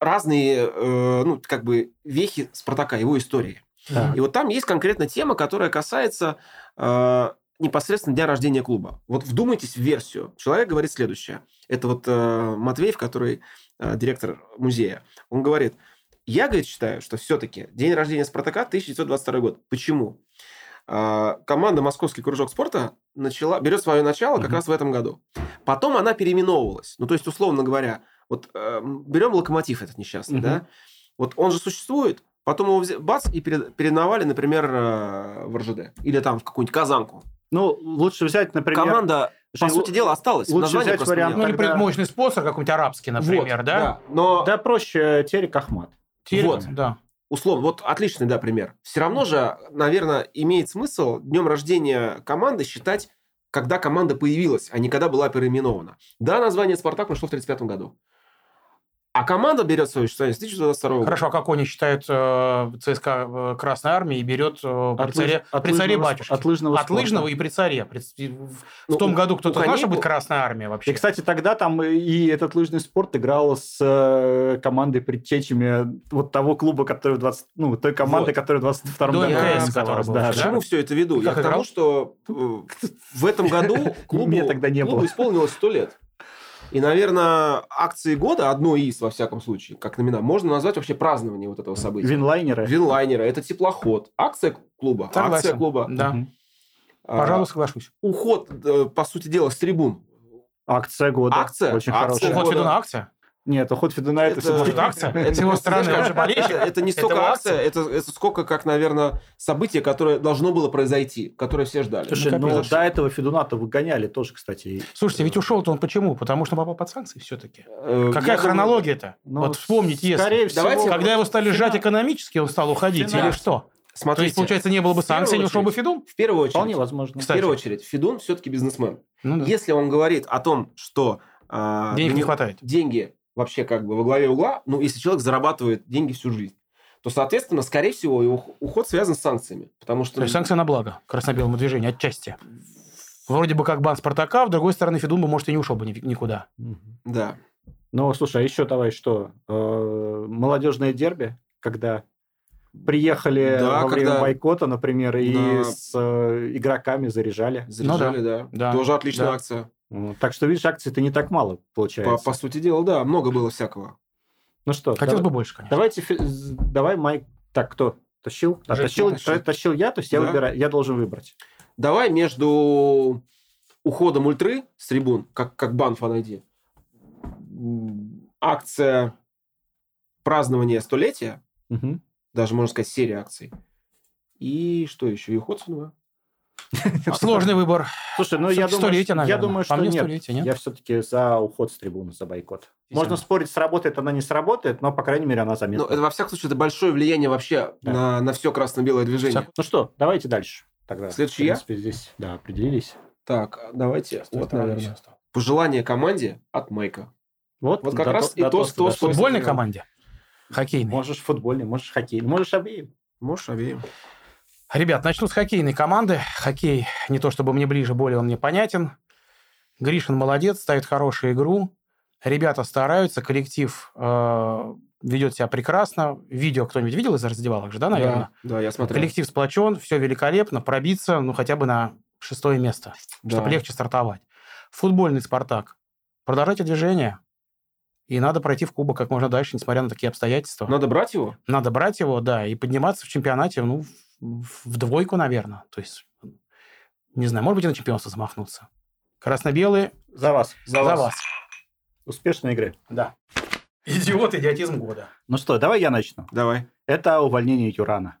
B: разные, э, ну, как бы вехи Спартака, его истории.
A: Да.
B: И вот там есть конкретно тема, которая касается э, непосредственно дня рождения клуба. Вот вдумайтесь в версию. Человек говорит следующее. Это вот э, Матвеев, который э, директор музея. Он говорит, я, говорит, считаю, что все-таки день рождения Спартака 1922 год. Почему? Э, команда «Московский кружок спорта» начала, берет свое начало как
A: Мгм.
B: раз в этом году. Потом она переименовывалась. Ну, то есть, условно говоря, вот э, берем «Локомотив» этот несчастный,
A: Мгм.
B: да? Вот он же существует, потом его взя- бац и пере- переименовали, например, э, в РЖД. Или там в какую-нибудь «Казанку».
A: Ну, лучше взять, например...
B: Команда, по
A: Жень,
B: сути дела, осталась.
A: лучше
B: Название
A: взять
B: просто
A: вариант
C: Ну,
B: менялось.
A: или тогда- предмощный
C: спонсор какой-нибудь арабский,
B: Вот,
C: а-
B: Но
A: Да проще э, Терек Ахмат.
B: Терек, вот.
C: да.
B: условно, вот отличный, да, пример. Все равно же, наверное, имеет смысл днем рождения команды считать, когда команда появилась, а не когда была переименована. Да, название «Спартак» пришло в 1935 году. А команда берет свое существование с 1922 года.
C: Хорошо, а как они считают э, ЦСКА в Красной Армии и берет э, при
A: От
C: царе,
A: лыж- от
C: при царе
A: лыжного сп-
C: батюшки?
A: От лыжного
C: От
A: спорта.
C: лыжного и при царе. При- и в в
B: Ну,
C: том
B: у-
C: году
B: у
C: кто-то знал,
B: коней
C: что будет
B: был-
C: Красная Армия вообще?
A: И, кстати, тогда там и этот лыжный спорт играл с э, командой предтечами вот того клуба, который в 20... Ну, той команды,
B: Вот.
A: которая в 22
C: До
A: году
B: МКС,
A: оказалась,
C: которая была,
A: да,
B: К чему
A: да.
B: все это веду?
C: Ты
B: Я
C: как
B: к тому,
C: играл?
B: что э, в этом году клубу,
A: Меня тогда не
B: клубу
A: было.
B: исполнилось 100 лет. И, наверное, акции года, одной из, во всяком случае, как номина, можно назвать вообще празднование вот этого события.
A: Винлайнеры.
B: Винлайнеры, это теплоход, акция клуба,
C: Согласен.
B: акция клуба.
C: Да.
A: Мгм.
B: А,
C: Пожалуй, соглашусь.
B: уход, э, по сути дела, с
C: (laughs)
B: трибун.
A: Акция года.
B: Акция?
A: Очень
B: Акция
A: хорошая.
B: года.
C: Уход веду на Ну, акция?
A: Нет, уход Федуна это,
B: Это-
A: всё-таки-
C: Может, акция?
B: Это-
C: С его стороны, он же
B: Это,
C: болельщик.
B: это не столько
C: Это
B: акция, это, это сколько, как, наверное, событие, которое должно было произойти, которое все ждали.
A: Слушай, ну,
C: Накопилось.
A: до этого Федуна-то выгоняли тоже, кстати. и-
C: Слушайте, ведь ушел-то он почему? Потому что попал под санкции все-таки.
B: Э, я
C: Какая
B: думаю-
C: хронология-то?
A: Ну,
C: вот вспомнить, если...
A: Скорее всего,
B: Давайте-
A: вот
C: Когда его стали
A: финал-
C: сжать экономически, он стал уходить,
A: Финал.
C: или что? То есть,
B: Смотрите,
C: получается, не было бы
B: в первую
C: санкций, не ушел бы
B: очередь-
C: Федун?
B: в первую очередь,
A: Вполне возможно.
B: В
C: Кстати.
B: первую очередь, Федун все-таки бизнесмен.
C: Ну да.
B: Если он говорит о том, что а,
C: Денег
B: для
C: не
B: него
C: хватает.
B: деньги вообще как бы во главе угла, ну, если человек зарабатывает деньги всю жизнь, то, соответственно, скорее всего, его ух- уход связан с санкциями. Потому что...
C: То есть санкция на благо красно-белому движению, отчасти. Вроде бы как бан Спартака, в другой стороны, Федун бы, может, и не ушел бы ни- никуда.
A: Мгм.
B: Да.
A: Ну, слушай, а еще давай что? Э, Молодежное дерби, когда приехали
B: Да,
A: во время
B: когда-
A: бойкота, например, и
B: Да.
A: с э, игроками заряжали.
B: Заряжали, да.
C: Ну Да.
B: Тоже отличная
C: Да.
B: акция.
A: Ну, Так что, видишь, акций-то не так мало
B: По,
A: получается.
B: по сути дела, да, много было всякого.
A: Ну что,
C: Хотелось
A: дав-
C: бы больше, конечно.
A: давайте... фи- з- Давай, Майк... Так, кто? Тащил? Да,
C: Жень,
A: тащил,
B: тащил.
A: та- тащил я, то есть я
B: Да.
A: выбираю, я должен выбрать.
B: Давай между уходом ультры с трибун, как, как бан фанайди, м, акция празднования столетия,
A: Мгм.
B: даже, можно сказать, серия акций, и что еще? И уход Сунова.
C: Сложный выбор.
A: Слушай, ну я
C: Всё-таки
A: думаю,
C: столетие,
A: я
C: наверное.
A: думаю,
C: По
A: что
C: А мне
A: нет.
C: столетие, нет?
A: Я все-таки за уход с трибуны, за бойкот. Можно
C: Действительно.
A: спорить, сработает она, не сработает, но, по крайней мере, она
B: Ну,
A: заметна.
B: это, во всяком случае, это большое влияние вообще
A: Да.
B: на, все красно-белое движение.
A: Ну что, давайте дальше. Тогда,
B: Следующий
A: в принципе, здесь, да, определились.
B: Так, давайте, вот,
C: Вторая
B: наверное.
C: сейчас.
B: Пожелание команде от Майка. Вот как раз и то,
A: готов
B: что-
A: сюда.
B: что-
C: Футбольной команде? Хоккейной.
A: Можешь футбольный, можешь хоккейный, можешь обеим.
B: Можешь обеим.
C: Ребят, начну с хоккейной команды. Хоккей не то чтобы мне ближе, более он мне понятен. Гришин молодец, ставит хорошую игру. Ребята стараются, коллектив э, ведет себя прекрасно. Видео кто-нибудь видел из раздевалок же, да, наверное?
B: Да, да, я смотрел.
C: Коллектив сплочен, все великолепно. Пробиться, ну, хотя бы на шестое место,
B: Да.
C: чтобы легче стартовать. Футбольный «Спартак». Продолжайте движение. И надо пройти в Кубок как можно дальше, несмотря на такие обстоятельства.
B: Надо брать его?
C: Надо брать его, да, и подниматься в чемпионате, ну, в, в двойку, наверное. То есть, не знаю, может быть, и на чемпионство замахнуться. Красно-белые
A: За вас.
C: за вас.
A: Успешной игры.
C: Да. (laughs) Идиот, идиотизм года.
A: Ну что, давай я начну.
B: Давай.
A: Это увольнение Юрана.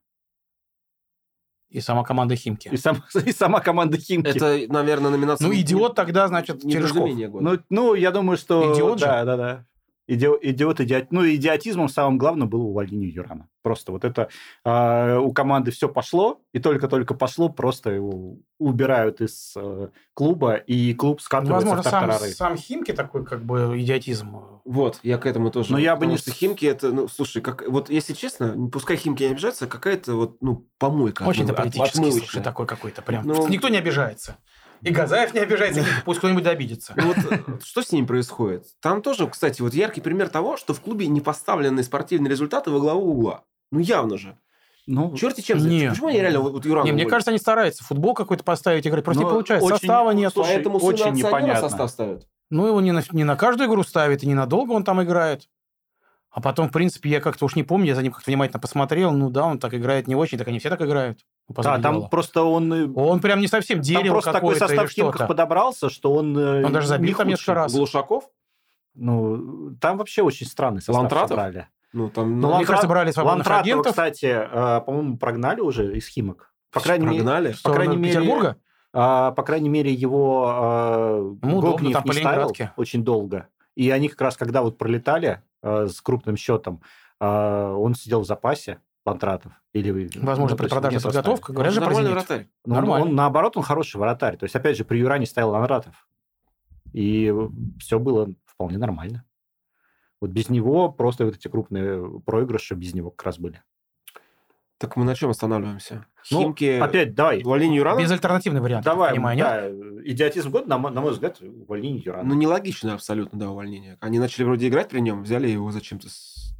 C: И сама команда Химки.
A: И, сам- (laughs) и сама команда Химки.
B: Это, наверное, номинация...
C: Ну,
B: не-
C: идиот тогда, значит,
B: не-
C: Терешков.
B: недоразумение года.
A: Ну, ну, я думаю, что...
C: Идиот же.
A: Да, да, да. Иди- идиот, идиот. Ну, идиотизмом самым главным было увольнение Юрана. Просто вот это а, у команды все пошло, и только-только пошло, просто его убирают из э, клуба, и клуб скатывается
C: Возможно,
A: в
C: сам,
A: тартарары.
C: сам Химки такой, как бы, идиотизм.
B: Вот, я к этому тоже.
A: Но я бы
B: Потому
A: не
B: что
A: с-
B: Химки это, ну, слушай, как, вот если честно, не- пускай Химки не обижаются, какая-то вот, ну, помойка.
C: Очень-то
B: отмыв- от-
C: политический,
B: отмывочная.
C: слушай, такой какой-то прям.
B: Ну-
C: Никто не обижается. И Газаев не (laughs) обижается, пусть кто-нибудь обидится.
B: Ну, вот э, что с ним происходит? Там тоже, кстати, вот яркий пример того, что в клубе не поставлены спортивные результаты во главу угла. Ну, явно же.
A: Ну,
B: Черти чем
C: Не.
B: Почему они реально вот, вот Юрана
C: Не, мне
B: уволили?
C: кажется, они стараются футбол какой-то поставить, играть. Просто
A: Но
C: не получается.
A: очень-
C: Состава нет.
A: слушай,
B: Поэтому сына
A: очень
B: акционера
A: непонятно.
B: состав ставят.
C: Ну, его не на, не на каждую игру ставит, и ненадолго он там играет. А потом, в принципе, я как-то уж не помню, я за ним как-то внимательно посмотрел. Ну да, он так играет не очень, так они все так играют. Ну, по
A: да,
C: сути
A: там
C: дела.
A: просто он... э,
C: Он прям не совсем
A: Там
C: дерево
A: просто такой
C: какое-то или
A: состав в Химках
C: что-то.
A: подобрался, что он... э,
C: Он даже забил
A: не
C: там несколько
A: худший.
C: раз.
B: Глушаков?
A: Ну, там вообще очень странный состав
B: Лантратов?
A: собрали.
B: Ну, там...
A: Ну,
C: Они,
A: Лантрат-
C: кажется, брали свободных
A: Лантратова,
C: агентов.
A: кстати, э, по-моему, прогнали уже из Химок. По крайней мере,
B: прогнали.
C: в сторону
A: крайней мере,
C: Петербурга.
A: А, по крайней мере, его а,
C: Ему удобно,
A: Гогниев
C: там
A: не
C: по
A: ставил
C: Ленинградке.
A: очень долго. И они как раз, когда вот пролетали а, с крупным счетом, а, он сидел в запасе Лантратов. Или,
C: Возможно,
A: ну, то есть
C: предпродажная
A: не составил.
C: подготовка. Говорят же про
B: Нормальный
C: «Зенит».
B: вратарь.
A: Но он-
C: Нормально.
A: он, наоборот, он хороший вратарь. То есть, опять же, при Юране ставил Лантратов. И все было вполне нормально. Вот без него просто вот эти крупные проигрыши без него как раз были.
B: Так мы на чем останавливаемся?
A: Ну,
B: Химки...
A: Опять, давай.
B: Увольнение Юрана?
C: Безальтернативный вариант, я
A: Давай,
C: так понимаю, нет?
A: да, идиотизм года, на, мо- на мой взгляд, увольнение Юрана.
B: Ну, нелогичное абсолютно, да, увольнение. Они начали вроде играть при нем, взяли его зачем-то... с-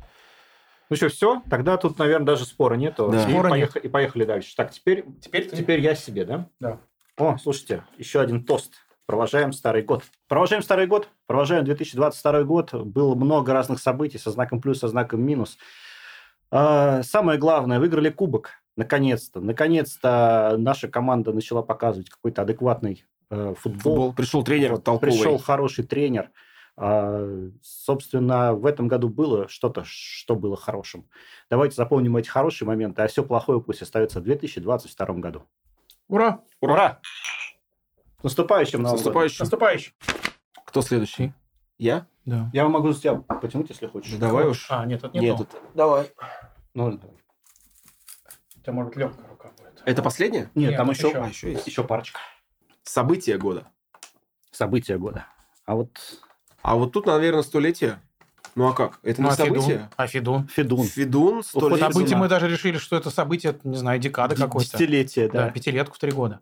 A: Ну что, все? Тогда тут, наверное, даже спора нету.
B: Да.
A: И,
C: Спора
A: поех- и поехали дальше. Так, теперь,
C: Теперь ты-
A: теперь я себе, да?
C: Да.
A: О, слушайте, еще один тост. Провожаем старый год. Провожаем старый год. Провожаем 2022 год. Было много разных событий со знаком плюс, со знаком минус. А, Самое главное, выиграли кубок. Наконец-то. Наконец-то наша команда начала показывать какой-то адекватный э, футбол.
B: Футбол. Пришел тренер
A: Вот,
B: толковый.
A: Пришел хороший тренер. А, собственно, в этом году было что-то, что было хорошим. Давайте запомним эти хорошие моменты, а все плохое пусть остается в 2022 году.
C: Ура!
A: Ура! С наступающим
B: С
A: Новым годом!
B: наступающим.
C: Наступающий!
B: Кто следующий? Я?
C: Да.
A: Я могу за тебя потянуть, если хочешь.
B: Да давай уж.
C: А, нет, это не
B: Нет,
C: то.
B: это- Давай.
A: Ну, давай.
C: Это, может, легкая рука будет.
B: Это последнее?
A: Нет,
C: Нет,
A: там
C: тут
A: еще,
C: еще.
B: А, еще есть.
A: еще парочка.
B: События года.
A: События года. А вот
B: А вот тут, наверное, столетие. Ну, а как? Это
C: Ну,
B: не
C: а Федун?
B: событие?
C: А Федун?
A: Федун.
B: Федун,
A: Уход
B: столетие.
A: Федуна.
C: Событие мы даже решили, что это событие, не знаю, декады какой-то.
A: Десятилетие,
C: Да,
A: да.
C: пятилетку в три года.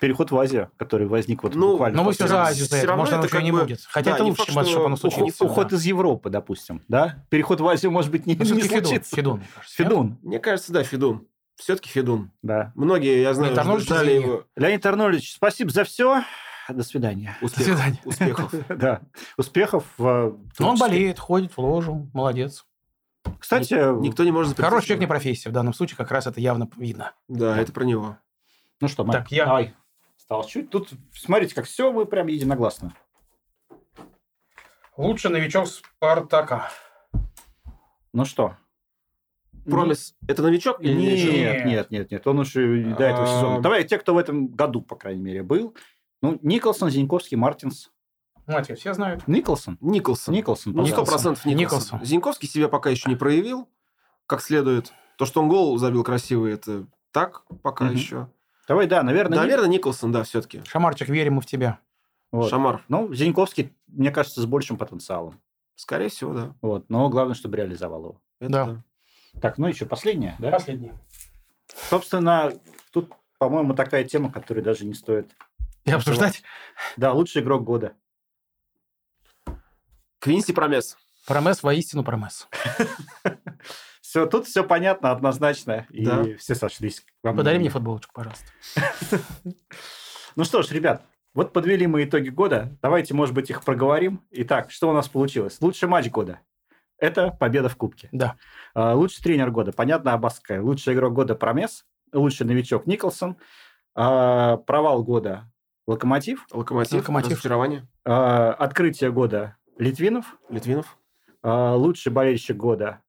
A: Переход в Азию, который возник вот
B: Ну,
A: буквально...
C: Но вы все
A: после-
B: всё
C: за Азию за
B: всё
C: это.
B: равно
C: Может, оно
B: это
C: еще
B: как
C: не
B: бы-
C: будет. Хотя
B: да,
C: это
B: не
C: лучше,
B: факт,
C: чем это,
B: что
C: чтобы оно
B: уход-
C: случилось.
B: да.
A: Уход из Европы, допустим, да? Переход в Азию, может быть, не,
B: Ну,
A: не
C: все-таки Федун,
A: случится.
C: Федун, мне кажется. нет?
A: Федун,
B: Мне кажется, да, Федун. Все-таки Федун.
A: да.
B: Многие, я знаю,
C: Нет, Арнольд
B: ждали
C: Шварценеггер.
B: его
A: Леонид Арнольдович, спасибо за все. До свидания.
C: До
B: успехов.
C: свидания. (laughs)
B: Успехов.
A: (laughs) Да. Успехов. в, э,
C: Но он
A: творчестве.
C: болеет, ходит в ложу, молодец.
A: Кстати,
B: Никто не может запретить.
C: Хороший человек не
B: его.
C: профессия. В данном случае как раз это явно видно.
B: Да, это про него.
A: ну что, Марк,
C: Так, я-
A: давай. Стал чуть. Тут, смотрите, как все, мы прям единогласно.
C: Лучше новичок Спартака.
A: Ну что?
C: Ну.
B: Промис, это новичок или
A: Нет,
B: новичок?
A: нет, нет, нет, Он уже и до этого
B: А.
A: сезона. Давай те, кто в этом году, по крайней мере, был. Ну, Николсон, Зиньковский, Мартинс.
C: Ну, это все знают.
A: Николсон?
B: Николсон.
A: Николсон,
B: Ну, сто
A: пожалуйста.
B: процентов Николсон.
C: Николсон.
B: Зиньковский себя пока еще не проявил, как следует. То, что он гол забил красивый, это так пока
A: Мгм.
B: еще.
A: Давай, да, наверное. Ник-
B: Наверное, Николсон, да, все-таки.
C: Шамарчик, верим мы в тебя.
A: Вот.
B: Шамар.
A: Ну, Зиньковский, мне кажется, с большим потенциалом.
B: Скорее всего, да.
A: Вот. Но главное, чтобы реализовал его.
B: Это
C: Да.
A: Так, ну еще последнее, да?
C: Последний.
A: Собственно, тут, по-моему, такая тема, которую даже не стоит.
C: И обсуждать
A: Да, лучший игрок года.
B: Квинси Промес.
C: промес воистину промес.
A: Все, тут все понятно, однозначно. И
B: Да.
A: все сошлись. во мнении.
C: Подари мне футболочку, пожалуйста.
A: Ну что ж, ребят, вот подвели мы итоги года. Давайте, может быть, их проговорим. Итак, что у нас получилось? Лучший матч года. Это победа в Кубке.
C: Да.
A: А, Лучший тренер года, понятно, Абаская. Лучший игрок года Промес. Лучший новичок Николсон. А, Провал года Локомотив.
B: Локомотив.
C: Локомотив.
B: Разочарование.
A: А, Открытие года Литвинов.
B: Литвинов.
A: А, Лучший болельщик года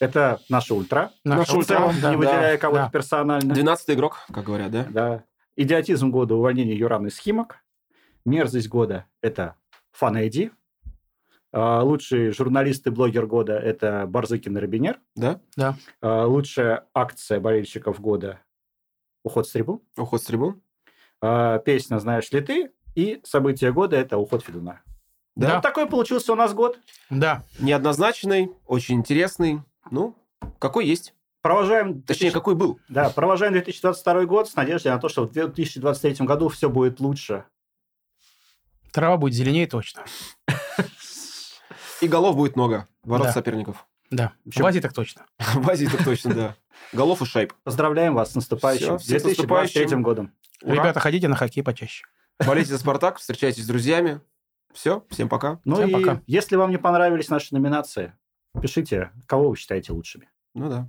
A: это наша ультра.
C: Наша
A: В
B: ультра,
A: целом,
C: да,
A: не выделяя кого-то
C: да.
A: персонально.
B: Двенадцатый игрок, как говорят, да?
A: Да. Идиотизм года увольнение Юрана Схимок. Мерзость года – это Фан Эйди. А, Лучший журналист и блогер года – это Барзыкин и Робинер.
B: Да.
A: А, Лучшая акция болельщиков года – уход с трибун.
B: Уход с трибун.
A: А, Песня «Знаешь ли ты?» и событие года – это уход Федуна.
C: Да.
A: Вот такой получился у нас год.
C: Да.
B: Неоднозначный, очень интересный. Ну, какой есть.
A: Провожаем,
B: Точнее, какой был.
A: да, провожаем 2022 год с надеждой на то, что в 2023 году все будет лучше.
C: Трава будет зеленее точно.
B: И голов будет много. Ворот
C: Да.
B: соперников. (laughs)
C: Да.
A: общем-
C: В Азии так точно.
B: В Азии так точно, да. Голов и шайб.
A: Поздравляем вас с наступающим
B: Всё, всех с
A: 2023
B: наступающим.
A: годом.
B: Ура.
C: Ребята, ходите на хоккей почаще.
B: Болейте за Спартак, встречайтесь с друзьями. Все, всем пока.
A: Ну
C: Всем
A: и
C: пока.
A: если вам не понравились наши номинации, пишите, кого вы считаете лучшими.
B: Ну да.